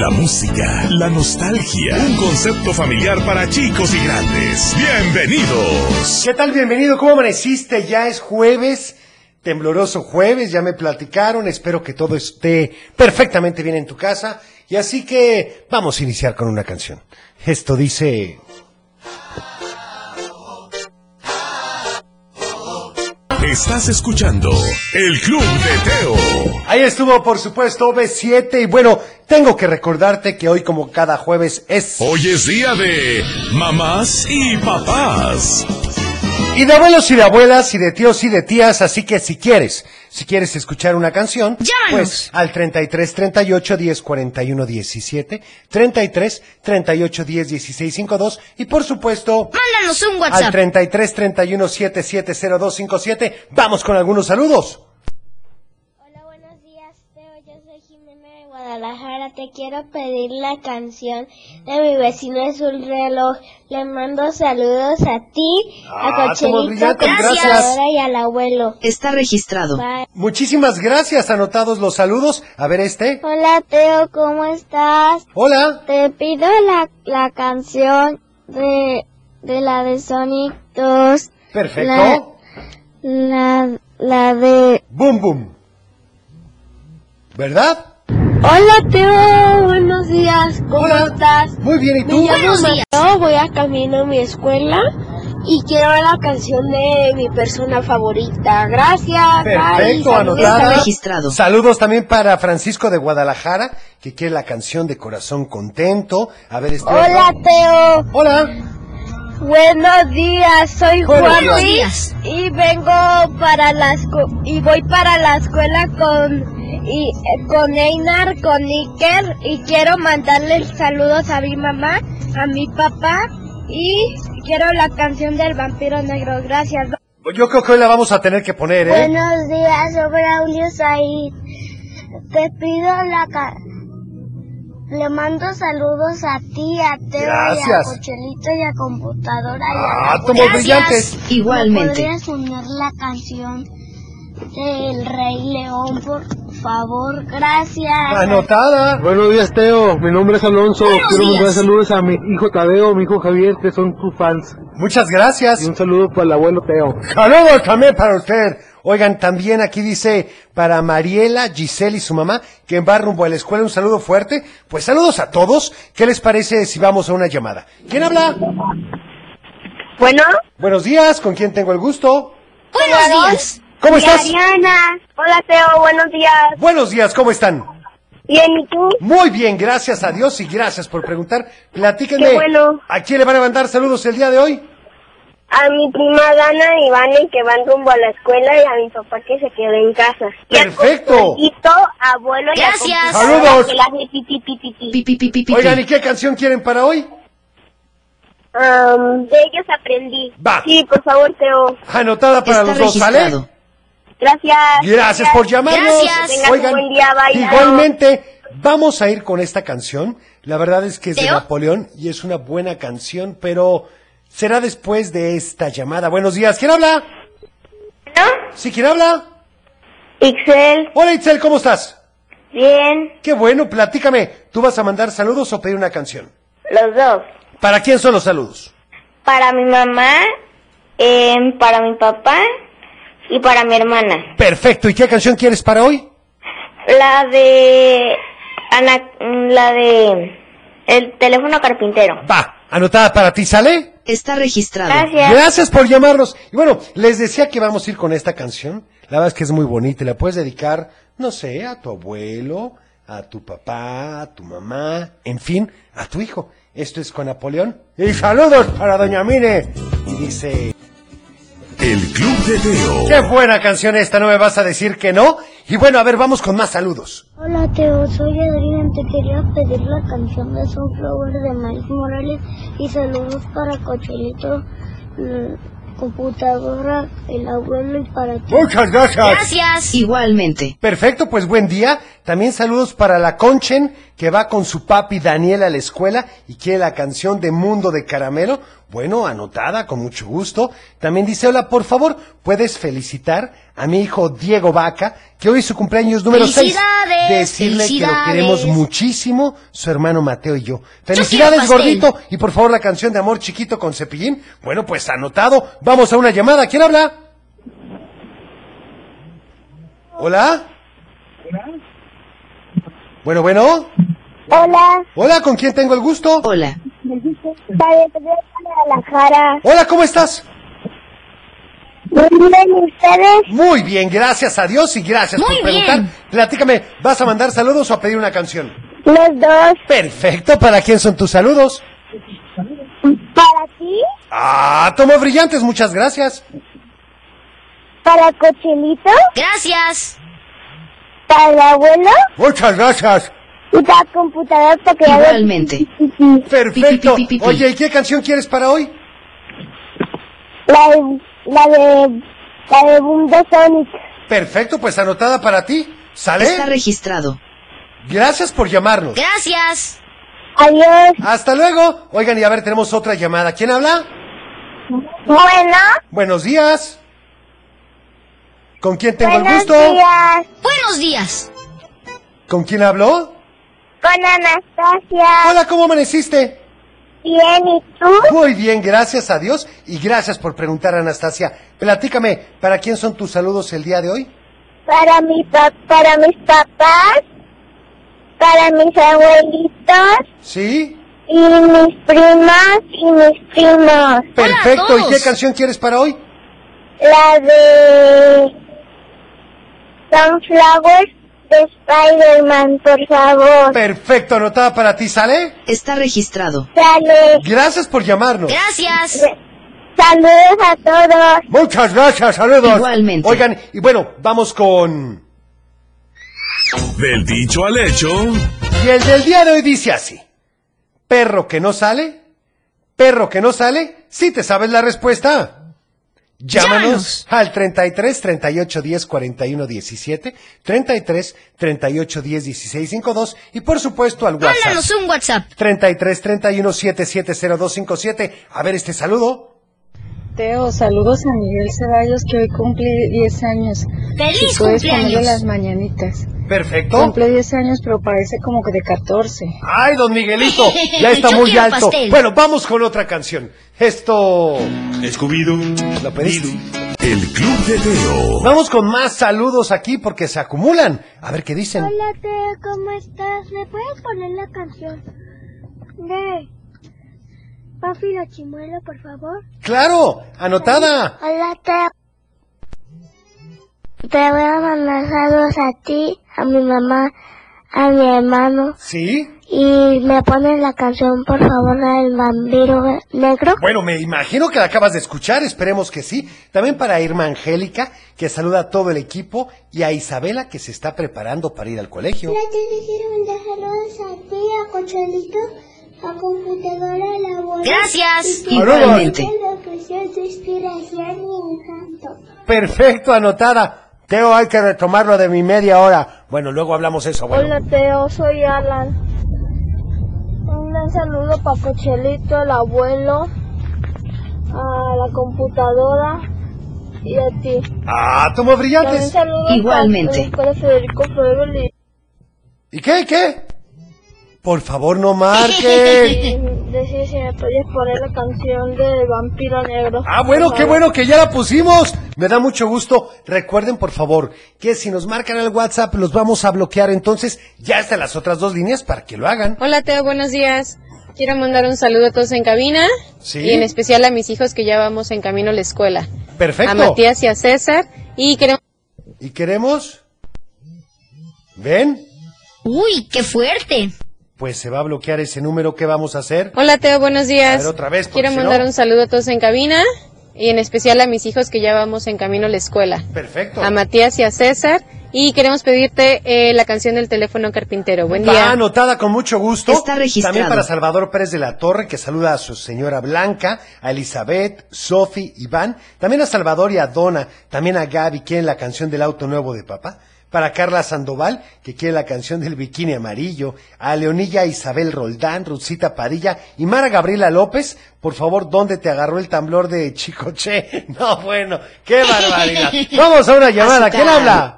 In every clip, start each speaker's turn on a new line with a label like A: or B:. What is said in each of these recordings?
A: La música, la nostalgia, un concepto familiar para chicos y grandes. Bienvenidos.
B: ¿Qué tal? Bienvenido, ¿cómo amaneciste? Ya es jueves, tembloroso jueves, ya me platicaron, espero que todo esté perfectamente bien en tu casa. Y así que vamos a iniciar con una canción. Esto dice...
A: Estás escuchando El Club de Teo.
B: Ahí estuvo, por supuesto, B7. Y bueno, tengo que recordarte que hoy, como cada jueves, es...
A: Hoy es día de mamás y papás.
B: Y de abuelos y de abuelas y de tíos y de tías, así que si quieres, si quieres escuchar una canción,
C: Llámanos.
B: pues al 33 38 10 41 17, 33 38 10 16 52 y por supuesto
C: Mándanos un
B: al
C: WhatsApp.
B: 33 31 770257. Vamos con algunos saludos.
D: Hola, buenos días, Teo. Yo soy Jimena de Guadalajara. Te quiero pedir la canción de mi vecino es un reloj. Le mando saludos a ti,
B: Ah,
D: a
B: somos
D: Cocherito,
B: brillantes,
C: gracias.
D: ahora y al abuelo.
C: Está registrado.
D: Bye.
B: Muchísimas gracias, anotados los saludos. A ver este.
D: Hola, Teo, ¿cómo estás?
B: Hola.
D: Te pido la, la canción de, de la de Sonic 2,
B: Perfecto.
D: la, la de...
B: Boom, boom. ¿Verdad?
D: Hola, Teo, buenos días, ¿cómo
B: Hola.
D: estás?
B: Muy bien, ¿y tú?
D: Me llamo
C: Buenos días.
D: Mateo, voy a camino a mi escuela y quiero la canción de mi persona favorita. Gracias. bye.
B: Perfecto,
D: Saludos.
B: anotada.
C: registrado.
B: Saludos también para Francisco de Guadalajara, que quiere la canción de Corazón Contento. A ver, este...
D: Hola Teo,
B: Hola.
D: buenos días, soy
B: Buenos
D: Juan
B: días.
D: Luis y vengo para la escu- y voy para la escuela con y eh, con Einar, con Iker y quiero mandarles saludos a mi mamá, a mi papá y quiero la canción del vampiro negro. Gracias.
B: Yo creo que hoy la vamos a tener que poner, ¿eh?
D: Buenos días, soy Braulio Said. Te pido la ca- Le mando saludos a ti, a Teo, y a
B: Gracias.
D: Cochelito y a Computadora.
B: Ah,
D: y a
B: tomos brillantes.
D: ¿Me
C: Igualmente.
D: podrías poner la canción del Rey León, por favor? Gracias.
B: Anotada.
E: Buenos días, Teo. Mi nombre es Alonso.
C: Buenos
E: Quiero
C: días.
E: mandar saludos a mi hijo Tadeo, mi hijo Javier, que son tus fans.
B: Muchas gracias.
E: Y un saludo para el abuelo Teo.
B: Saludos también para usted. Oigan, también aquí dice para Mariela, Giselle y su mamá, que va rumbo a la escuela. Un saludo fuerte. Pues saludos a todos. ¿Qué les parece si vamos a una llamada? ¿Quién habla?
D: Bueno,
B: Buenos días, ¿con quién tengo el gusto?
C: Buenos días.
B: ¿Cómo estás?
D: Ariana. Hola, Teo, buenos días.
B: Buenos días, ¿cómo están?
D: Bien, ¿y tú?
B: Muy bien, gracias a Dios y gracias por preguntar. Platíquenme,
D: Qué bueno.
B: ¿a quién le van a mandar saludos el día de hoy?
D: A mi prima Dana y Vane que van rumbo a la escuela y a mi papá que se quedó en casa.
B: Perfecto.
D: Y abuelo y a
C: Gracias.
B: Saludos.
D: que le hace pi, pi, pi, pi, pi.
C: Pi, pi, pi, pi, pi.
B: Oigan, ¿y qué canción quieren para hoy?
D: Am, Um, de ellos aprendí.
B: Va.
D: Sí, por favor, Teo.
B: Anotada para
C: Está
B: los dos, ¿sale?
C: registrado.
D: Gracias.
B: Gracias por llamarnos.
C: Gracias.
D: Tengas un buen día, bye.
B: igualmente, vamos a ir con esta canción. La verdad es que es de
C: ¿Teo?
B: Napoleón y es una buena canción, pero será después de esta llamada. Buenos días, ¿quién habla?
D: ¿No?
B: ¿Sí, quién habla?
D: Ixel,
B: Hola, Itzel, ¿cómo estás?
D: bien.
B: Qué bueno, platícame. ¿Tú vas a mandar saludos o pedir una canción?
D: Los dos.
B: ¿Para quién son los saludos?
D: Para mi mamá, em, para mi papá y para mi hermana.
B: Perfecto, ¿y qué canción quieres para hoy?
D: La de... Ana, la de... El teléfono carpintero.
B: Va, anotada para ti, ¿sale?
C: Está registrado.
B: Gracias por llamarnos. Y bueno, les decía que vamos a ir con esta canción. La verdad es que es muy bonita y la puedes dedicar, no sé, a tu abuelo, a tu papá, a tu mamá, en fin, a tu hijo. Esto es con Napoleón. Y saludos para Doña Mine. Y dice,
A: El Club de Teo.
B: qué buena canción esta, no me vas a decir que no. Y bueno, a ver, vamos con más saludos.
D: Hola Teo, soy Adrián, te quería pedir la canción de Sunflower de Miles Morales y saludos para Cochelito, mm,
F: computadora, el abuelo y para ti.
B: Muchas
G: Gracias.
C: Igualmente.
B: Perfecto, pues buen día. También saludos para la Conchen, que va con su papi Daniel a la escuela y quiere la canción de Mundo de Caramelo. Bueno, anotada, con mucho gusto. También dice, hola, por favor, puedes felicitar a mi hijo Diego Vaca, que hoy es su cumpleaños número 6.
G: Felicidades,
B: Decirle que lo queremos
G: felicidades.
B: muchísimo, su hermano Mateo y yo. Felicidades,
G: quiero pastel.
B: gordito. Y por favor, la canción de Amor Chiquito con Cepillín. Bueno, pues anotado. Vamos a una llamada. ¿Quién habla? Hola. Bueno, bueno.
F: Hola,
B: Hola, ¿con quién tengo el gusto?
C: Hola.
F: para de Guadalajara.
B: Hola, ¿cómo estás?
F: Muy bien, ¿y ustedes?
B: Muy bien, gracias a Dios y gracias
G: Muy
B: por preguntar.
G: bien.
B: Platícame, ¿vas a mandar saludos o a pedir una canción?
F: Los dos,
B: Perfecto, ¿para quién son tus saludos?
F: para ti,
B: Ah, tomo brillantes, muchas gracias.
F: para Cochelito,
G: Gracias.
F: para el abuelo
B: Muchas gracias.
F: y para la computadora para que haga-
C: Igualmente.
B: Perfecto.
C: Pi, pi, pi, pi, pi.
B: Oye, ¿y qué canción quieres para hoy?
F: La de, la de, la de Boom de Sonic.
B: Perfecto, pues anotada para ti.
C: Está
B: ¿Sale?
C: registrado.
B: Gracias por llamarnos.
G: Gracias.
F: Adiós.
B: Hasta luego. Oigan, y a ver, tenemos otra llamada. ¿Quién habla?
F: Bueno,
B: Buenos días. ¿Con quién tengo el
F: buenos
B: gusto?
F: días.
G: Buenos días.
B: ¿Con quién habló?
F: Con Anastasia.
B: Hola, ¿cómo amaneciste?
F: Bien, ¿y tú?
B: Muy bien, gracias a Dios y gracias por preguntar, Anastasia. Platícame, ¿para quién son tus saludos el día de hoy?
F: Para, mi pa- para mis papás, para mis abuelitos
B: ¿Sí?
F: y mis primas y mis primos.
B: Perfecto, ¿y
G: todos.
B: qué canción quieres para hoy?
F: La de Sunflowers de Spider-Man, por favor.
B: Perfecto, anotada para ti, ¿sale?
C: Está registrado.
F: Sale.
B: Gracias por llamarnos.
G: Gracias.
F: Saludos a todos.
B: Muchas gracias, saludos.
C: Igualmente.
B: Oigan, y bueno, vamos con...
A: Del dicho al hecho,
B: Y el del día de hoy dice así. Perro que no sale, perro que no sale, si te sabes la respuesta. Llámanos al 33 38 10 41 17, 33 38 10 16 52 y por supuesto al WhatsApp.
G: Mándanos un WhatsApp.
B: 33 31 770257. A ver este saludo.
H: Teo, saludos a Miguel Ceballos que hoy cumple 10 años.
G: Feliz
H: Puedes ponerle las
G: cumpleaños.
H: mañanitas.
B: Perfecto.
H: Cumple 10 años pero parece como que de 14.
B: Ay, don Miguelito, ya está
G: Yo
B: muy
G: quiero
B: alto.
G: pastel.
B: Bueno, vamos con otra canción. Esto
A: Scooby-Doo,
B: lo pediste.
A: el Club de Teo.
B: Vamos con más saludos aquí porque se acumulan. A ver qué dicen.
F: Hola, Teo, ¿cómo estás? ¿Me puedes poner la canción de Papi la Chimuela, por favor?
B: Claro, anotada.
F: Hola, Teo. Te voy a mandar saludos a ti, a mi mamá, a mi hermano.
B: ¿Sí?
F: Y me pones la canción, por favor, la del vampiro negro.
B: Bueno, me imagino que la acabas de escuchar, esperemos que sí. También para Irma Angélica, que saluda a todo el equipo, y a Isabela, que se está preparando para ir al colegio.
F: te quiero mandar saludos a ti, a Cocholito, a Computadora, a la abuela.
G: Gracias.
C: Igualmente.
F: tu inspiración y encanto.
B: Perfecto, anotada. Teo, hay que retomarlo de mi media hora. Bueno, luego hablamos eso, bueno.
F: Hola, Teo, soy Alan. Un gran saludo para Cochelito, al abuelo, a la computadora y a ti.
B: Ah, tomo
F: También
B: brillantes.
F: saludo pa-
C: Igualmente.
F: para Federico Febel y
B: ¿Y qué, qué? Por favor, no marques.
F: y decir si me puedes poner la canción de Vampiro Negro.
B: Ah, bueno,
F: Por
B: qué
F: favor.
B: bueno que ya la pusimos. Me da mucho gusto. Recuerden, por favor, que si nos marcan el WhatsApp, los vamos a bloquear. Entonces, ya están las otras dos líneas para que lo hagan.
H: Hola Teo, buenos días. Quiero mandar un saludo a todos en cabina
B: Sí.
H: y en especial a mis hijos que ya vamos en camino a la escuela.
B: Perfecto.
H: A Matías y a César y queremos
B: Y queremos. ¿Ven?
G: Uy, qué fuerte.
B: Pues se va a bloquear ese número. ¿Qué vamos a hacer?
H: Hola Teo, buenos días.
B: A ver, otra vez, porque
H: Quiero
B: si
H: mandar
B: no-
H: un saludo a todos en cabina y en especial a mis hijos que ya vamos en camino a la escuela.
B: Perfecto.
H: A Matías y a César y queremos pedirte eh, la canción del teléfono carpintero. Buen
B: Está
H: día.
B: anotada con mucho gusto.
C: Está registrado.
B: También para Salvador Pérez de la Torre, que saluda a su señora Blanca, a Elizabeth, Sofi, Iván. También a Salvador y a Donna. También a Gaby, quieren la canción del auto nuevo de papá. Para Carla Sandoval, que quiere la canción del bikini amarillo. A Leonilla Isabel Roldán, Rucita Padilla y Mara Gabriela López. Por favor, ¿dónde te agarró el temblor de Chicoche? No, bueno, qué barbaridad. Vamos a una llamada. ¿Quién habla?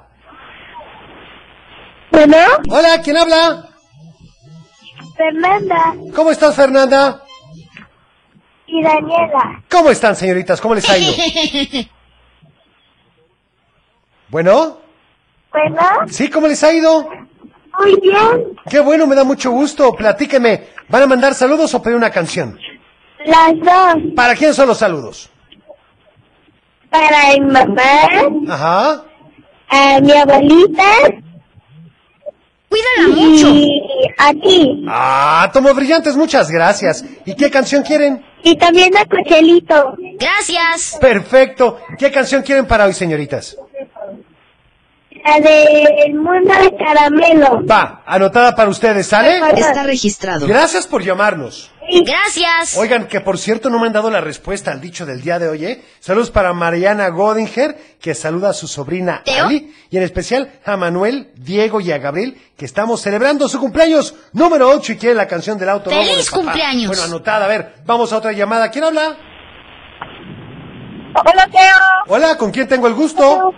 I: Bueno,
B: Hola, ¿quién habla?
I: Fernanda
B: ¿Cómo estás, Fernanda?
I: y Daniela.
B: ¿Cómo están, señoritas? ¿Cómo les ha ido? Bueno,
I: Bueno,
B: sí, ¿cómo les ha ido?
I: muy bien.
B: Qué bueno, me da mucho gusto. Platíqueme, ¿van a mandar saludos o pedir una canción?
I: Las dos.
B: ¿Para quién son los saludos?
I: Para mi mamá,
B: Ajá.
I: a mi abuelita
F: Cuídala mucho.
I: y a ti.
B: Ah, Tomo Brillantes, muchas gracias. ¿Y qué canción quieren?
I: Y también a Cochelito.
F: Gracias.
B: Perfecto. ¿Qué canción quieren para hoy, señoritas?
I: La de El Mundo de Caramelo.
B: Va, anotada para ustedes, ¿sale?
C: Está registrado.
B: Gracias por llamarnos.
F: Gracias.
B: Oigan, que por cierto no me han dado la respuesta al dicho del día de hoy, ¿eh? Saludos para Mariana Godinger, que saluda a su sobrina
F: ¿Teo?
B: Ali, y en especial a Manuel, Diego y a Gabriel, que estamos celebrando su cumpleaños número 8 y quiere la canción del auto. nuevo
F: ¡Feliz
B: de papá.
F: cumpleaños!
B: Bueno, anotada, a ver, vamos a otra llamada. ¿Quién habla?
I: Hola, Teo.
B: Hola, ¿con quién tengo el gusto?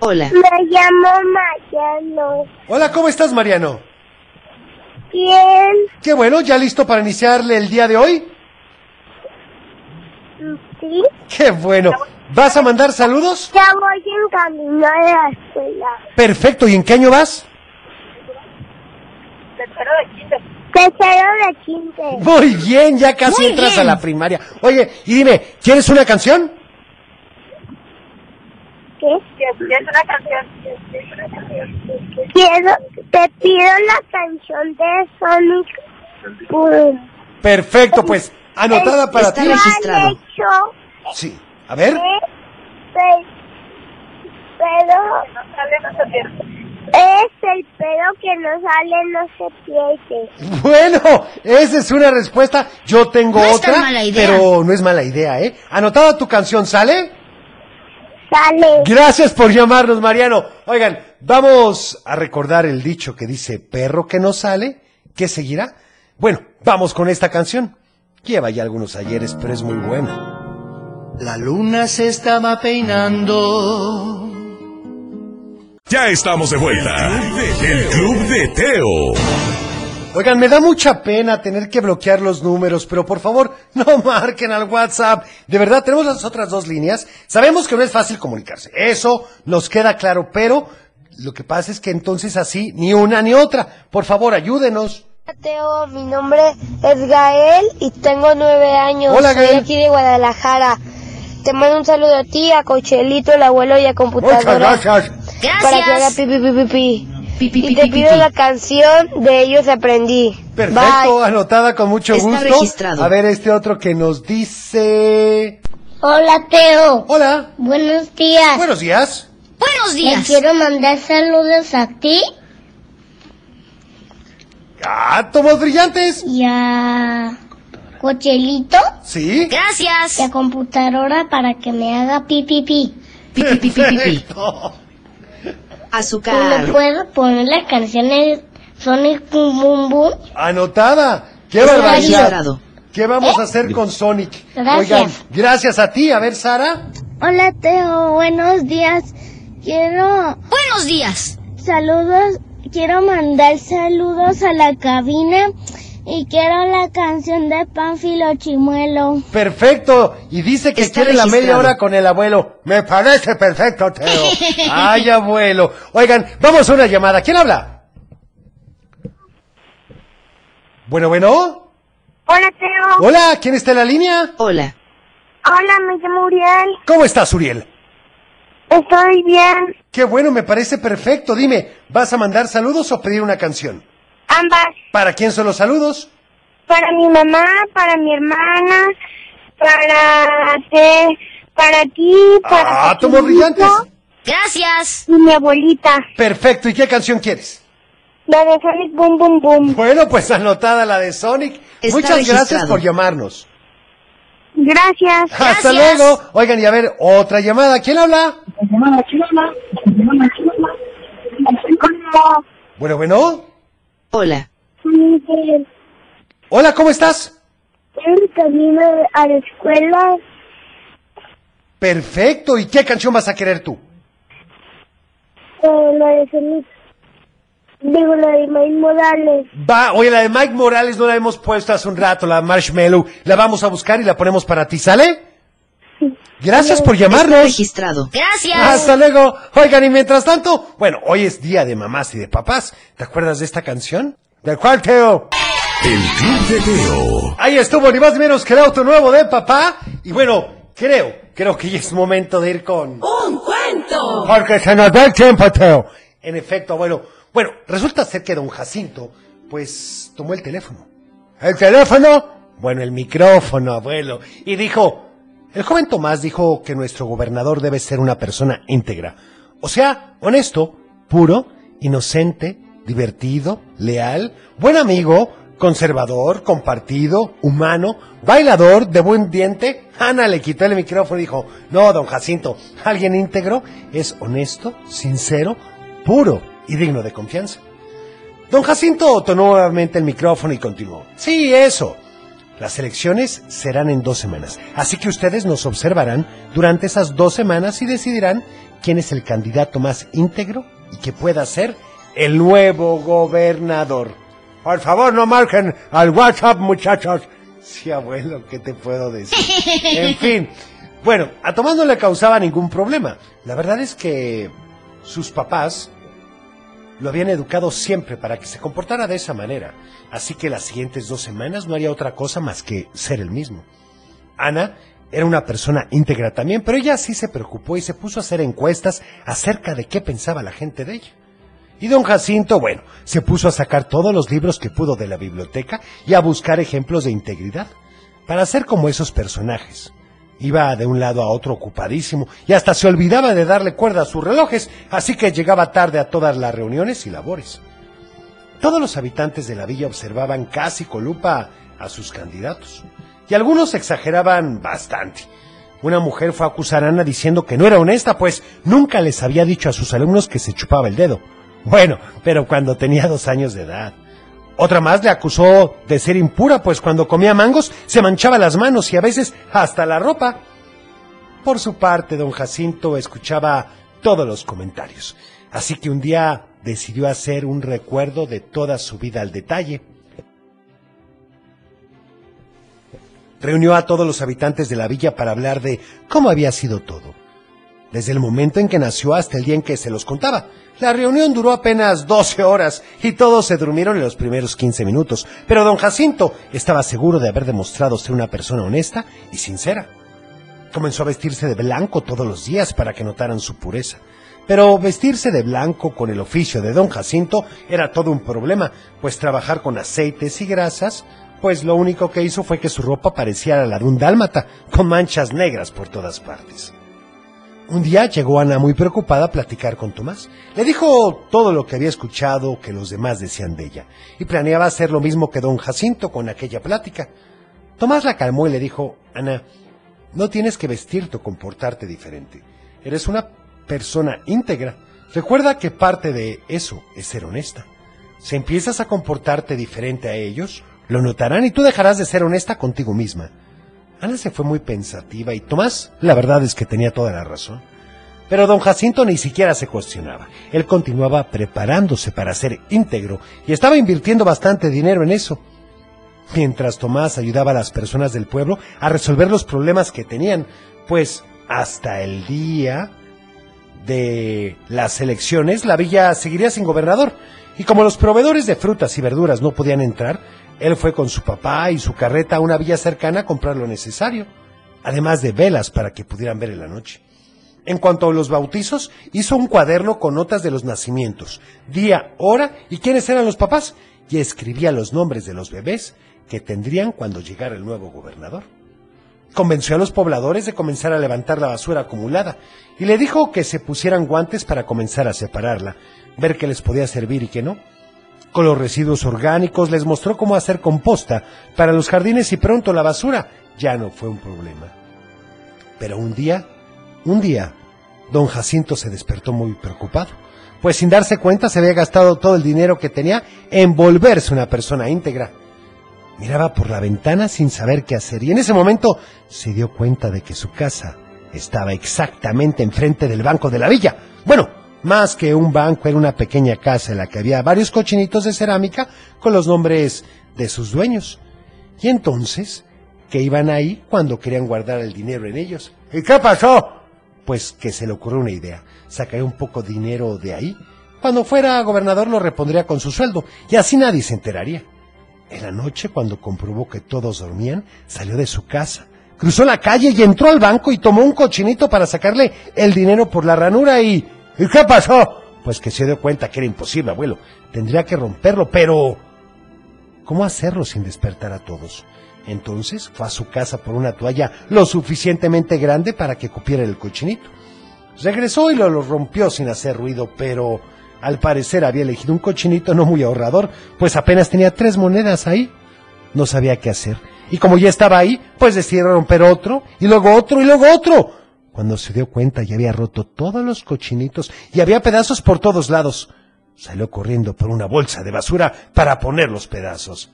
C: Hola.
I: Me llamo Mariano.
B: Hola, ¿cómo estás, Mariano?
I: ¿Quién?
B: Qué bueno, ¿ya listo para iniciarle el día de hoy?
I: Sí,
B: Qué bueno. ¿Vas a mandar saludos?
I: ya voy en camino a la escuela.
B: Perfecto, ¿y en qué año vas?
I: Tercero de quince.
B: Muy bien, ya casi
F: Muy
B: entras
F: bien.
B: a la primaria. Oye, y dime, ¿quieres una canción?
I: ¿Qué? Quiero una canción. Quiero, te pido la canción de Sonic Boom.
F: Oh,
B: Perfecto, pues, anotada para
C: Está
B: ti.
C: bien. registrado.
I: Han hecho,
B: Sí, a ver.
I: eh, pe- pero... No sale, no se pierde. Es el pero que no sale, no se pierde.
B: Bueno, esa es una respuesta. Yo tengo
F: No es tan
B: otra,
F: mala idea.
B: pero no es mala idea, ¿eh? Anotada tu canción, ¿sale?
I: Sale.
B: Gracias por llamarnos, Mariano. Oigan, vamos a recordar el dicho que dice, perro que no sale, ¿qué seguirá? Bueno, vamos con esta canción. Lleva ya algunos ayeres, pero es muy buena.
E: La luna se estaba peinando.
A: Ya estamos de vuelta. El Club de Teo.
B: Oigan, me da mucha pena tener que bloquear los números, pero por favor, no marquen al WhatsApp. De verdad, tenemos las otras dos líneas. Sabemos que no es fácil comunicarse. Eso nos queda claro, pero lo que pasa es que entonces así, ni una ni otra. Por favor, ayúdenos.
I: Teo, mi nombre es Gael y tengo nueve años.
B: Hola,
I: Soy
B: Gael.
I: aquí de Guadalajara. Te mando un saludo a ti, a Cochelito, el abuelo y a
B: Muchas
I: computadora.
B: gracias.
I: Para que haga
F: Gracias.
I: pi, pi, pi, pi, pi.
C: Pi, pi,
I: Y
C: pi,
I: te
C: pi, pi,
I: pido
C: pi.
I: la canción de ellos aprendí.
B: Perfecto, anotada con mucho
C: Está
B: gusto.
C: registrado.
B: A ver este otro que nos dice...
I: Hola Teo,
B: Hola,
I: buenos días.
B: buenos días.
F: Buenos días.
I: mandar saludos a ti
B: Átomos brillantes.
I: y a Cochelito,
B: Sí.
F: Gracias.
I: la computadora para que me haga pipi pi.
C: Pi, pi, pi, pi, pi, pi.
B: Perfecto.
C: Azúcar.
I: puedo poner las canciones Sonic Boom Boom Boom?
B: Anotada. ¡Qué
C: Está
B: barbaridad!
C: registrado.
B: ¿Qué vamos a
C: ¿Eh?
B: hacer con Sonic?
I: Gracias.
B: Oigan, gracias a ti. A ver, Sara.
I: Hola Teo, buenos días. Quiero
F: Buenos días.
I: saludos, quiero mandar saludos a la cabina y quiero la canción de Pánfilo Chimuelo.
B: Perfecto. Y dice que
C: Está
B: quiere la media
C: registrado.
B: hora con el abuelo. Me parece perfecto, Teo. Ay, abuelo. Oigan, vamos a una llamada. ¿Quién habla? Bueno, bueno.
I: Hola Teo.
B: Hola, ¿quién está en la línea?
C: Hola.
I: Hola, me llamo Uriel.
B: ¿Cómo estás, Uriel?
I: Estoy bien.
B: Qué bueno, me parece perfecto. Dime, ¿vas a mandar saludos o pedir una canción?
I: Ambas.
B: ¿Para quién son los saludos?
I: Para mi mamá, para mi hermana, para ti, para ti, para
B: Ah, tomo brillantes.
G: Gracias.
D: Y mi abuelita.
B: Perfecto, ¿y qué canción quieres?
D: La de Sonic Boom Boom Boom.
B: Bueno, pues anotada la de Sonic.
C: Está
B: Muchas gracias
C: registrado.
B: por llamarnos.
D: Gracias.
B: Hasta
G: Gracias.
B: luego. Oigan, y a ver, otra llamada. ¿Quién habla? Bueno, bueno.
C: Hola.
B: Hola, ¿cómo estás?
D: En camino a la escuela,
B: Perfecto, ¿y qué canción vas a querer tú?
D: eh, la de Sonic. Digo, la de Maíz Morales.
B: Va, oye, la de Mike Morales no la hemos puesto hace un rato, la Marshmallow. La vamos a buscar y la ponemos para ti, ¿sale? Gracias por
C: Está
B: llamarnos.
C: registrado.
G: Gracias.
B: Hasta luego. Oigan, y mientras tanto, bueno, hoy es día de mamás y de papás. ¿Te acuerdas de esta canción? Del cual, Teo.
A: El Club de Teo.
B: Ahí estuvo, ni más ni menos que el auto nuevo de papá. Y bueno, creo, creo que ya es momento de ir con...
J: ¡Un cuento!
B: Porque se nos da el tiempo, Teo. En efecto, abuelo. Bueno, resulta ser que don Jacinto, pues, tomó el teléfono. ¿El teléfono? Bueno, el micrófono, abuelo. Y dijo, el joven Tomás dijo que nuestro gobernador debe ser una persona íntegra. O sea, honesto, puro, inocente, divertido, leal, buen amigo, conservador, compartido, humano, bailador, de buen diente. Ana le quitó el micrófono y dijo, no, don Jacinto, alguien íntegro es honesto, sincero, puro y digno de confianza. Don Jacinto tomó nuevamente el micrófono y continuó. Sí, eso. Las elecciones serán en dos semanas, así que ustedes nos observarán durante esas dos semanas y decidirán quién es el candidato más íntegro y que pueda ser el nuevo gobernador. Por favor, no marquen al WhatsApp, muchachos. Sí, abuelo, ¿qué te puedo decir? En fin. Bueno, a Tomás no le causaba ningún problema. La verdad es que sus papás lo habían educado siempre para que se comportara de esa manera, así que las siguientes dos semanas no haría otra cosa más que ser el mismo. Ana era una persona íntegra también, pero ella sí se preocupó y se puso a hacer encuestas acerca de qué pensaba la gente de ella. Y don Jacinto, bueno, se puso a sacar todos los libros que pudo de la biblioteca y a buscar ejemplos de integridad, para ser como esos personajes. Iba de un lado a otro ocupadísimo y hasta se olvidaba de darle cuerda a sus relojes, así que llegaba tarde a todas las reuniones y labores. Todos los habitantes de la villa observaban casi con lupa a sus candidatos, y algunos exageraban bastante. Una mujer fue a acusar a Ana diciendo que no era honesta, pues nunca les había dicho a sus alumnos que se chupaba el dedo. Bueno, pero cuando tenía dos años de edad. Otra más le acusó de ser impura, pues cuando comía mangos se manchaba las manos y a veces hasta la ropa. Por su parte, don Jacinto escuchaba todos los comentarios, así que un día decidió hacer un recuerdo de toda su vida al detalle. Reunió a todos los habitantes de la villa para hablar de cómo había sido todo, desde el momento en que nació hasta el día en que se los contaba. La reunión duró apenas 12 horas y todos se durmieron en los primeros 15 minutos, pero don Jacinto estaba seguro de haber demostrado ser una persona honesta y sincera. Comenzó a vestirse de blanco todos los días para que notaran su pureza. Pero vestirse de blanco con el oficio de don Jacinto era todo un problema, pues trabajar con aceites y grasas, pues lo único que hizo fue que su ropa pareciera la de un dálmata, con manchas negras por todas partes. Un día llegó Ana muy preocupada a platicar con Tomás. Le dijo todo lo que había escuchado que los demás decían de ella, y planeaba hacer lo mismo que don Jacinto con aquella plática. Tomás la calmó y le dijo, Ana, no tienes que vestirte o comportarte diferente. Eres una persona íntegra. Recuerda que parte de eso es ser honesta. Si empiezas a comportarte diferente a ellos, lo notarán y tú dejarás de ser honesta contigo misma. Ana se fue muy pensativa y Tomás, la verdad es que tenía toda la razón. Pero don Jacinto ni siquiera se cuestionaba. Él continuaba preparándose para ser íntegro y estaba invirtiendo bastante dinero en eso. Mientras Tomás ayudaba a las personas del pueblo a resolver los problemas que tenían, pues hasta el día de las elecciones, la villa seguiría sin gobernador. Y como los proveedores de frutas y verduras no podían entrar, él fue con su papá y su carreta a una villa cercana a comprar lo necesario, además de velas para que pudieran ver en la noche. En cuanto a los bautizos, hizo un cuaderno con notas de los nacimientos, día, hora y quiénes eran los papás, y escribía los nombres de los bebés que tendrían cuando llegara el nuevo gobernador. convenció a los pobladores de comenzar a levantar la basura acumulada y le dijo que se pusieran guantes para comenzar a separarla, ver qué les podía servir y qué no. Con los residuos orgánicos les mostró cómo hacer composta para los jardines y pronto la basura ya no fue un problema. Pero un día, un día, don Jacinto se despertó muy preocupado, pues sin darse cuenta se había gastado todo el dinero que tenía en volverse una persona íntegra. Miraba por la ventana sin saber qué hacer y en ese momento se dio cuenta de que su casa estaba exactamente enfrente del banco de la villa. Bueno, más que un banco era una pequeña casa en la que había varios cochinitos de cerámica con los nombres de sus dueños. Y entonces, que iban ahí cuando querían guardar el dinero en ellos. ¿Y qué pasó? Pues que se le ocurrió una idea. Sacaría un poco de dinero de ahí. Cuando fuera gobernador lo repondría con su sueldo y así nadie se enteraría. En la noche, cuando comprobó que todos dormían, salió de su casa, cruzó la calle y entró al banco y tomó un cochinito para sacarle el dinero por la ranura y... ¿Y qué pasó? Pues que se dio cuenta que era imposible, abuelo. Tendría que romperlo, pero... ¿Cómo hacerlo sin despertar a todos? Entonces fue a su casa por una toalla lo suficientemente grande para que cupiera el cochinito. Regresó y lo, lo rompió sin hacer ruido, pero al parecer había elegido un cochinito no muy ahorrador, pues apenas tenía tres monedas ahí. No sabía qué hacer. Y como ya estaba ahí, pues decidió romper otro, y luego otro, y luego otro. Cuando se dio cuenta ya había roto todos los cochinitos y había pedazos por todos lados. Salió corriendo por una bolsa de basura para poner los pedazos.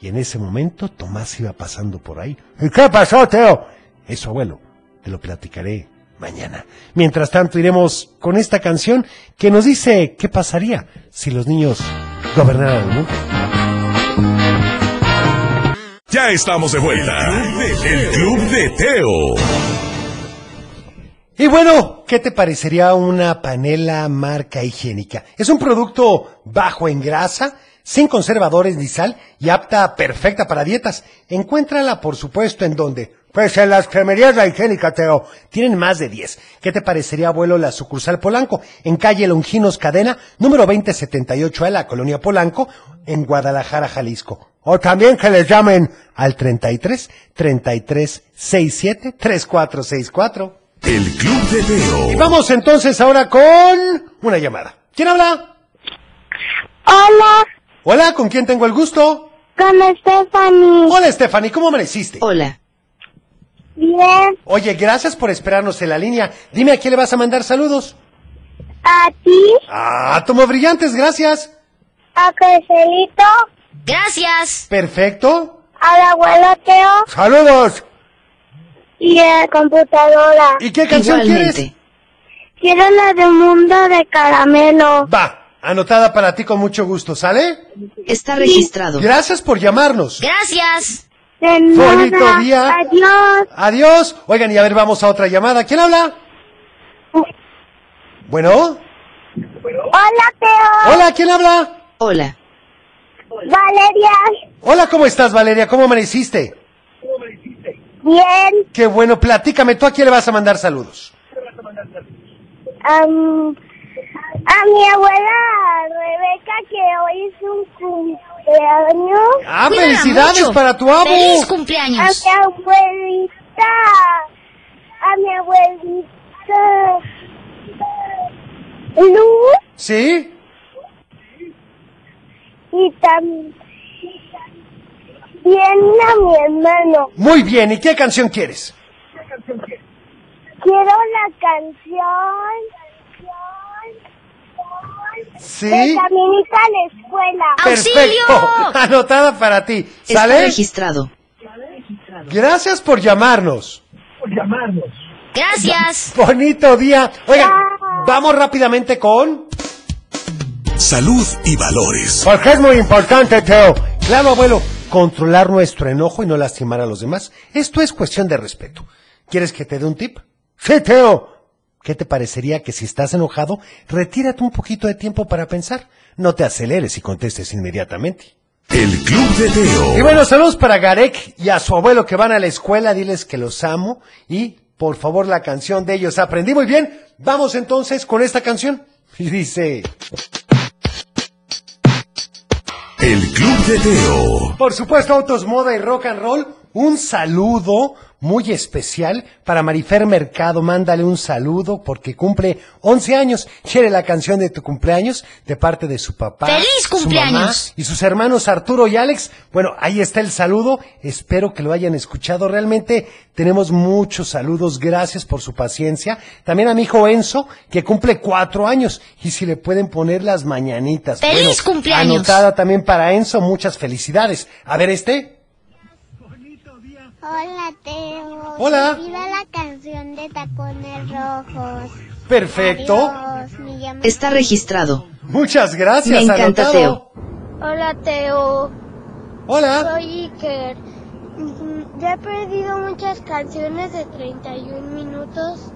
B: Y en ese momento Tomás iba pasando por ahí. ¿Y qué pasó, Teo? Eso, abuelo, te lo platicaré mañana. Mientras tanto, iremos con esta canción que nos dice qué pasaría si los niños gobernaran el mundo.
A: Ya estamos de vuelta. El Club de Teo.
B: Y bueno, ¿qué te parecería una panela marca higiénica? Es un producto bajo en grasa, sin conservadores ni sal y apta perfecta para dietas. Encuéntrala, por supuesto, en donde. Pues en las cremerías La Higiénica, Teo. Tienen más de 10. ¿Qué te parecería, abuelo, la sucursal Polanco? En calle Longinos Cadena, número 2078 a la colonia Polanco, en Guadalajara, Jalisco. O también que les llamen al 33 33 67 3464.
A: El Club de Teo.
B: Y vamos entonces ahora con una llamada. ¿Quién habla?
J: Hola,
B: Hola, ¿con quién tengo el gusto?
J: con Stephanie.
B: Hola, Stephanie, ¿cómo amaneciste?
C: Hola.
J: Bien,
B: Oye, gracias por esperarnos en la línea. Dime a quién le vas a mandar saludos.
J: a ti,
B: Ah, tomo brillantes, gracias.
J: a Crecelito,
G: Gracias.
B: Perfecto.
J: al abuelo Teo
B: Saludos.
J: y a la computadora.
B: ¿Y qué canción
C: Igualmente.
J: Quiero la de Mundo de Caramelo.
B: quieres? Va, anotada para ti con mucho gusto, ¿sale?
C: Está registrado.
B: Gracias por llamarnos.
G: Gracias.
J: De
B: Bonito
J: nada.
B: día.
J: Adiós.
B: Adiós. Oigan, y a ver, vamos a otra llamada. ¿Quién habla? Bueno.
J: Hola, Teo.
B: Hola, ¿quién habla?
C: Hola.
J: Valeria.
B: Hola, ¿cómo estás, Valeria? ¿Cómo amaneciste?
J: Bien.
B: Qué bueno, platícame, ¿tú a quién le vas a mandar saludos?
J: Am, a mi abuela Rebeca, que hoy es un cumpleaños.
B: ¡Ah,
G: Cuídala
B: felicidades
G: mucho.
B: para tu amo!
G: Feliz
J: A
G: cumpleaños.
J: mi abuelita. A mi abuelita. Luz
B: ¿Sí?
J: y también a mi hermano.
B: Muy bien, ¿y qué canción quieres?
J: Quiero la canción. De
B: ¿Sí?
J: caminita a la escuela.
B: ¡Perfecto!
G: ¡Auxilio!
B: Anotada para ti,
C: Está
B: ¿sale?
C: registrado.
B: Gracias por llamarnos.
G: Gracias.
B: Bonito día. Oigan,
J: Bye.
B: vamos rápidamente con...
A: Salud y valores.
B: Porque es muy importante, Teo. Claro, abuelo, controlar nuestro enojo y no lastimar a los demás. Esto es cuestión de respeto. ¿Quieres que te dé un tip? Sí, Teo. ¿Qué te parecería que si estás enojado, retírate un poquito de tiempo para pensar? No te aceleres y contestes inmediatamente.
A: El Club de
B: Y
A: Teo.
B: bueno, saludos para Garek y a su abuelo que van a la escuela, diles que los amo y por favor la canción de ellos. Aprendí muy bien. Vamos entonces con esta canción. Y dice...
A: El Club de Teo.
B: Por supuesto, Autos, Moda y Rock and Roll, un saludo muy especial para Marifer Mercado. Mándale un saludo porque cumple 11 años. Chere la canción de tu cumpleaños de parte de su papá.
G: ¡Feliz
B: Su mamá
G: cumpleaños!
B: y sus hermanos Arturo y Alex. Bueno, ahí está el saludo. Espero que lo hayan escuchado. Realmente tenemos muchos saludos. Gracias por su paciencia. También a mi hijo Enzo, que cumple cuatro años. Y si le pueden poner las mañanitas.
G: ¡Feliz cumpleaños!
B: Anotada también para Enzo. Muchas felicidades. A ver este.
I: Hola, Teo.
B: Hola.
I: Viva la canción de Tacones Rojos.
B: Perfecto.
I: Adiós, me llamo-
C: Está registrado.
B: Muchas gracias.
C: Me encanta,
B: anotado.
C: Teo.
F: Hola, Teo.
B: Hola.
F: Soy Iker. Mm, Ya he perdido muchas canciones de 31 minutos.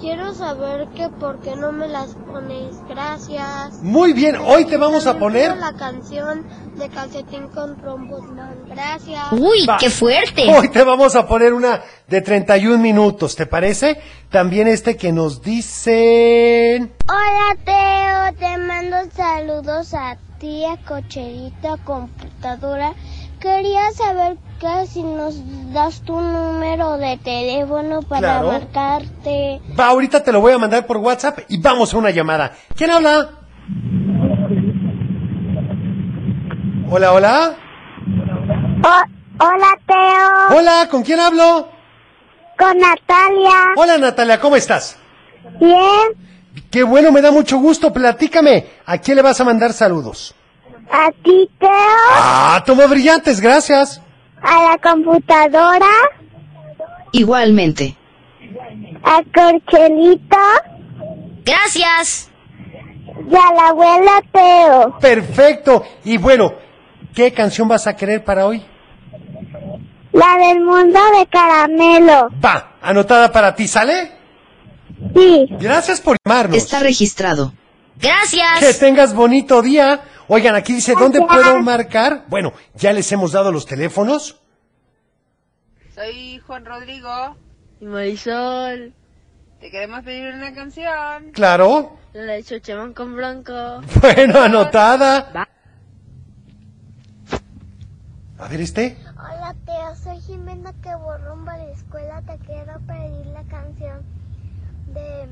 F: Quiero saber que por qué no me las pones. Gracias.
B: Muy bien. Hoy te vamos a poner.
F: Quiero La canción de Calcetín con Trombos Man. Gracias.
B: Va. Oh. Hoy te vamos a poner una de 31 minutos, ¿te parece? También este que nos dicen...
I: Hola, Teo. Te mando saludos a ti, a Cocherito, a Computadora. Quería saber que si nos das tu número de teléfono para
B: Claro.
I: marcarte.
B: Va, ahorita te lo voy a mandar por WhatsApp y vamos a una llamada. ¿Quién habla? Hola, hola.
J: hola, Teo.
B: Hola, ¿con quién hablo?
J: Con Natalia.
B: Hola Natalia, ¿cómo estás?
J: Bien.
B: Qué bueno, me da mucho gusto, platícame. ¿A quién le vas a mandar saludos?
J: A ti, Teo.
B: Ah, toma brillantes, gracias.
J: A la computadora.
C: Igualmente.
J: A Corchelito.
G: Gracias.
J: Y a la abuela, Teo.
B: Perfecto. Y bueno, ¿qué canción vas a querer para hoy?
J: La del mundo de caramelo.
B: Va, anotada para ti, ¿sale?
J: Sí.
B: Gracias por llamarnos.
C: Está registrado.
G: Gracias.
B: Que tengas bonito día. Oigan, aquí dice, ¿dónde puedo marcar? Bueno, ya les hemos dado los teléfonos.
K: Soy Juan Rodrigo.
L: Y Marisol,
K: Te queremos pedir una canción.
B: Claro.
L: la de Chochemán con Bronco.
B: Bueno, anotada. A ver este.
I: Hola, Teo. Soy Jimena que borrumba la escuela. Te quiero pedir la canción de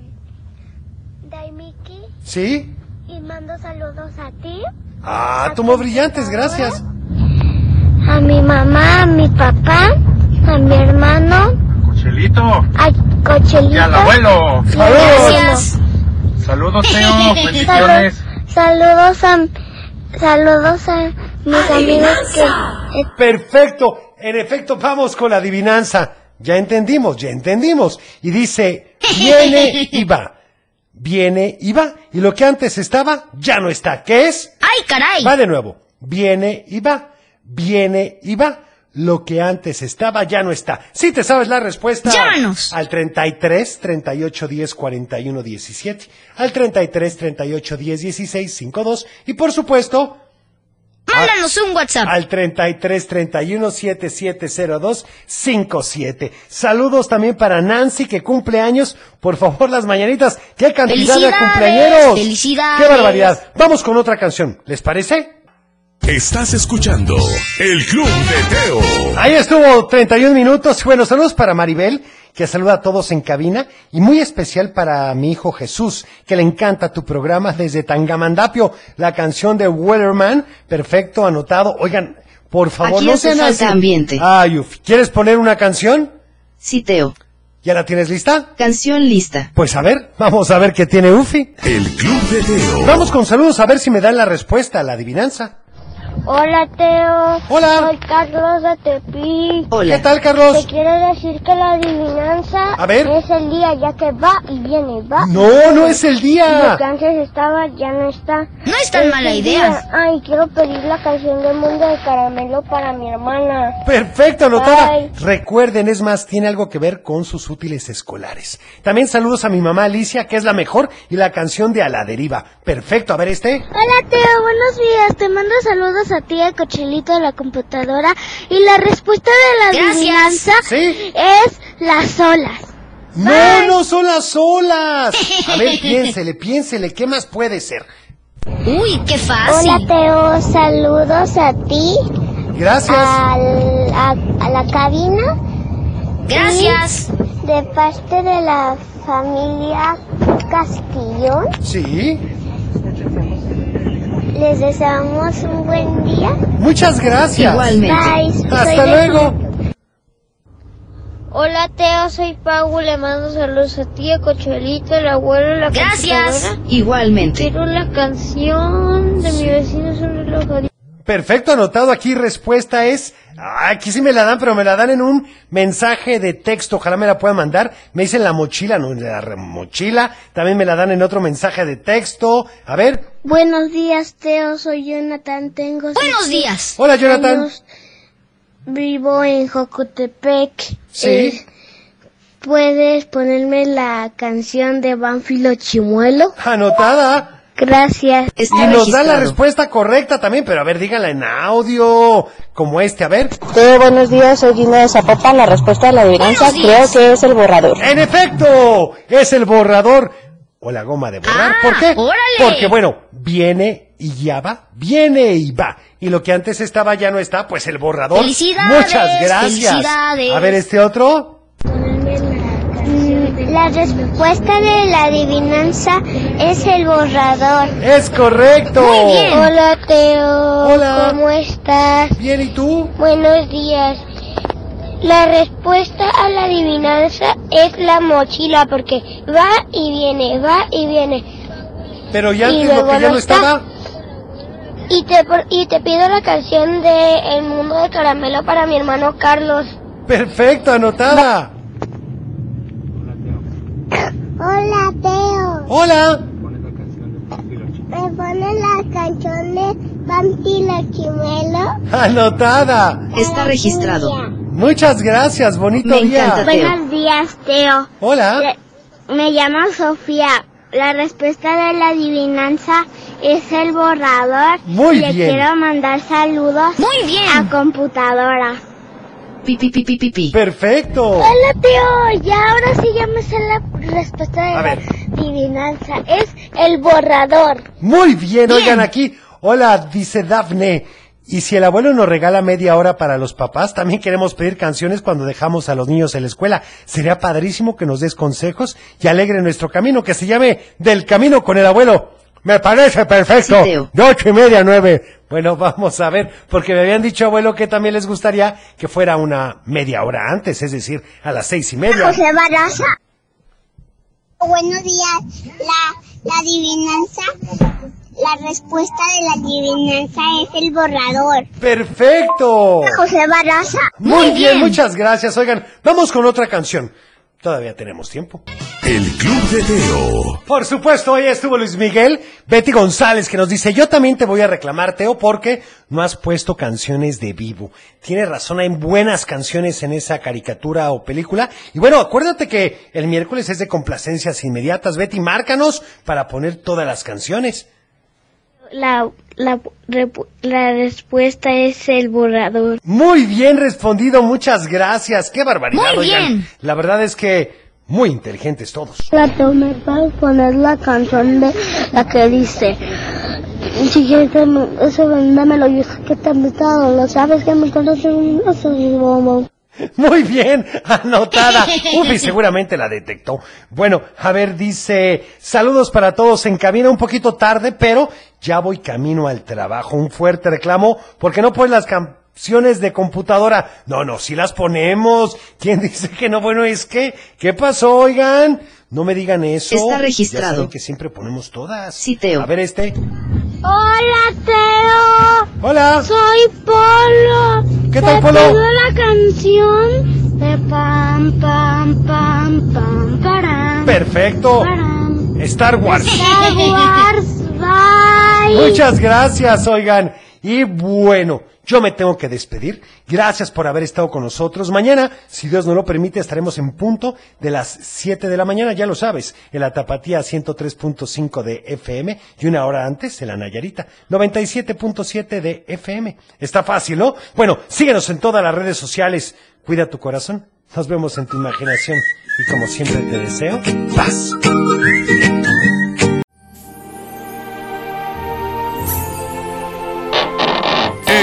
I: Daimiki.
B: ¿Sí?
I: Y mando saludos a ti,
B: Ah, tomó brillantes, gracias.
I: a mi mamá, a mi papá, a mi hermano,
M: Cochelito.
I: a Cochelito.
M: Y al abuelo.
I: y al
M: Gracias. Saludos, Teo.
I: abuelo.
M: Bendiciones.
I: Salu- saludos a saludos a mis amigos que
B: Perfecto. En efecto, vamos con la adivinanza. Ya entendimos, ya entendimos. Y dice, viene y va. Viene y va. Y lo que antes estaba, ya no está. ¿Qué es?
G: ¡Ay, caray!
B: Va de nuevo. Viene y va. Viene y va. Lo que antes estaba ya no está. Si te sabes la respuesta,
G: Llámanos.
B: al 33 38 10 41 17, al 33 38 10 16 52 y por supuesto
G: Mándanos un WhatsApp.
B: al 33 31 7702 57. Saludos también para Nancy que cumple años. Por favor, las mañanitas. ¡Qué cantidad de
G: Felicidades,
B: cumpleañeros!
G: felicidades.
B: ¡Qué barbaridad! Vamos con otra canción. ¿Les parece?
A: Estás escuchando el Club de Teo.
B: Ahí estuvo 31 minutos. Bueno, saludos para Maribel, que saluda a todos en cabina, y muy especial para mi hijo Jesús, que le encanta tu programa desde Tangamandapio, la canción de Wellerman, perfecto, anotado. Oigan, por favor,
C: Aquí
B: no
C: hace
B: sean
C: falta
B: así.
C: ambiente.
B: Ay, uf. ¿quieres poner una canción?
C: Sí, Teo.
B: ¿Ya la tienes lista?
C: Canción lista.
B: Pues a ver, vamos a ver qué tiene Ufi.
A: El Club de Teo.
B: Vamos con saludos a ver si me dan la respuesta a la adivinanza.
I: Hola Teo.
B: Hola.
I: Soy Carlos de Tepic.
B: ¿Qué tal, Carlos?
I: Te quiero decir que la adivinanza
B: A ver.
I: es el día ya que va y viene, va.
B: No,
I: y viene.
B: no es el día.
I: Lo que antes estaba ya no está.
G: No es tan
I: el
G: mala
I: día.
G: idea.
I: Ay, quiero pedir la canción del mundo de caramelo para mi hermana.
B: Perfecto, anotada.
I: Bye.
B: Recuerden, es más, tiene algo que ver con sus útiles escolares. También saludos a mi mamá Alicia, que es la mejor, y la canción de A la Deriva. Perfecto, a ver este.
I: Hola Teo, buenos días. Te mando saludos a ti, al cochelito de la computadora. Y la respuesta de la
G: Gracias.
I: adivinanza
B: Sí.
I: es las olas.
B: ¡No, no son las olas! A ver, piénsele, piénsele, ¿qué más puede ser?
G: Uy, qué
I: Hola
G: fácil.
I: Teo, saludos a ti, Ah.
B: Gracias. Oh.
I: al- a, a la cabina
G: Gracias.
I: De parte de la familia Castillón,
B: Sí.
I: les deseamos un buen día.
B: Muchas gracias.
I: Igualmente. Bye.
B: Hasta
I: Soy de-
B: luego.
F: Hola Teo, soy Pau, le mando saludos a ti, a Cochelito, el abuelo, la
C: Gracias.
F: computadora.
C: Igualmente.
F: Quiero la canción de mi vecino sobre el reloj.
B: Perfecto, anotado aquí. Respuesta es. ah, Aquí sí me la dan, pero me la dan en un mensaje de texto. Ojalá me la puedan mandar. Me dicen la mochila, no, la re- mochila. También me la dan en otro mensaje de texto. A ver.
I: Buenos días, Teo. Soy Jonathan. Tengo.
G: Buenos días.
B: Hola, Jonathan.
I: años. Vivo en Jocotepec.
B: Sí.
I: Eh, ¿Puedes ponerme la canción de Banfilo Chimuelo?
B: Anotada.
I: Gracias.
B: Y nos da la respuesta correcta también, pero a ver, díganla en audio, como este, a ver.
N: Teo, buenos días, soy Gina de Zapopan. La respuesta de la adivinanza creo que es el borrador.
B: En efecto, es el borrador o la goma de borrar.
I: Ah,
B: ¿Por qué? Porque bueno, viene y ya va, viene y va. Y lo que antes estaba ya no está, pues el borrador.
I: Felicidades,
B: Muchas gracias.
I: felicidades.
B: A ver, este otro.
I: Mm, La respuesta de la adivinanza es el borrador.
B: Es correcto.
I: Hola, Teo.
B: Hola.
I: ¿Cómo estás?
B: Bien, ¿y tú?
I: Buenos días. La respuesta a la adivinanza es la mochila porque va y viene, va y viene.
B: Pero ya
I: Y
B: antes lo
I: luego
B: que ya
I: no
B: no
I: está.
B: estaba.
I: Y te, por- y te pido la canción de El mundo de caramelo para mi hermano Carlos.
B: Perfecto, anotada.
I: Hola, Teo.
B: Hola.
I: ¿Me pones la canción de Vampiro Chimuelo?
B: Anotada.
C: Está registrado.
B: Muchas gracias, bonito
C: Me
B: día.
C: encanta, Teo.
I: Buenos días, Teo.
B: Hola.
I: Le- me llamo Sofía. La respuesta de la adivinanza es el borrador.
B: Muy
I: Le
B: bien.
I: quiero mandar saludos a computadora.
C: Pi, pi, pi, pi, pi, pi.
B: Perfecto.
I: Hola, Teo. Ya ahora sí ya me sé la respuesta de
B: A
I: la
B: ver.
I: adivinanza. Es el borrador.
B: Muy bien, oigan aquí. Hola, dice Dafne. Y si el abuelo nos regala media hora para los papás, también queremos pedir canciones cuando dejamos a los niños en la escuela. Sería padrísimo que nos des consejos y alegre nuestro camino, que se llame Del Camino con el Abuelo. Me parece perfecto.
C: Sí, Teo.
B: de ocho y media a nueve. Bueno, vamos a ver, porque me habían dicho, abuelo, que también les gustaría que fuera una media hora antes, es decir, a las seis y media.
I: José Barraza. Buenos días. La, la adivinanza, la respuesta de la adivinanza es el borrador.
B: Perfecto.
I: José Barraza.
B: Muy bien, muchas gracias. Oigan, vamos con otra canción. Todavía tenemos tiempo.
A: El Club de Teo.
B: Por supuesto, hoy estuvo Luis Miguel, Betty González, que nos dice, yo también te voy a reclamar, Teo, porque no has puesto canciones de vivo. Tiene razón, hay buenas canciones en esa caricatura o película. Y bueno, acuérdate que el miércoles es de complacencias inmediatas. Betty, márcanos para poner todas las canciones.
I: La, la, repu- la respuesta es el borrador.
B: Muy bien respondido, muchas gracias. Qué barbaridad,
I: Muy
B: oigan.
I: bien.
B: La verdad es que muy inteligentes todos.
I: Gato, me vas a poner la canción de la que dice. Si quieres, dame- eso, dámelo. Yo sé que te han gustado, Lo sabes que me conoces. No soy bobo.
B: Muy bien, anotada. Ufi, seguramente la detectó. Bueno, a ver, dice, saludos para todos en cabina, un poquito tarde, pero ya voy camino al trabajo. Un fuerte reclamo, porque no pones las canciones de computadora. No, no, si las ponemos. ¿Quién dice que no? Bueno, es que, ¿qué pasó, oigan? No me digan eso.
C: Está
B: Ya
C: registrado.
B: saben que siempre ponemos todas.
C: Sí, Teo.
B: A ver este.
I: Hola, Teo.
B: Hola.
I: Soy Polo.
B: ¿Qué tal,
I: Te
B: Polo?
I: pido la canción de pam, pam, pam, pam, param.
B: Perfecto.
I: param.
B: Star Wars.
I: Star Wars, bye.
B: Muchas gracias, oigan. Y bueno, yo me tengo que despedir. Gracias por haber estado con nosotros. Mañana, si Dios nos lo permite, estaremos en punto de las 7 de la mañana, ya lo sabes, en la Tapatía 103.5 de FM y una hora antes en la Nayarita 97.7 de FM. Está fácil, ¿no? Bueno, síguenos en todas las redes sociales. Cuida tu corazón. Nos vemos en tu imaginación. Y como siempre te deseo, paz.
A: El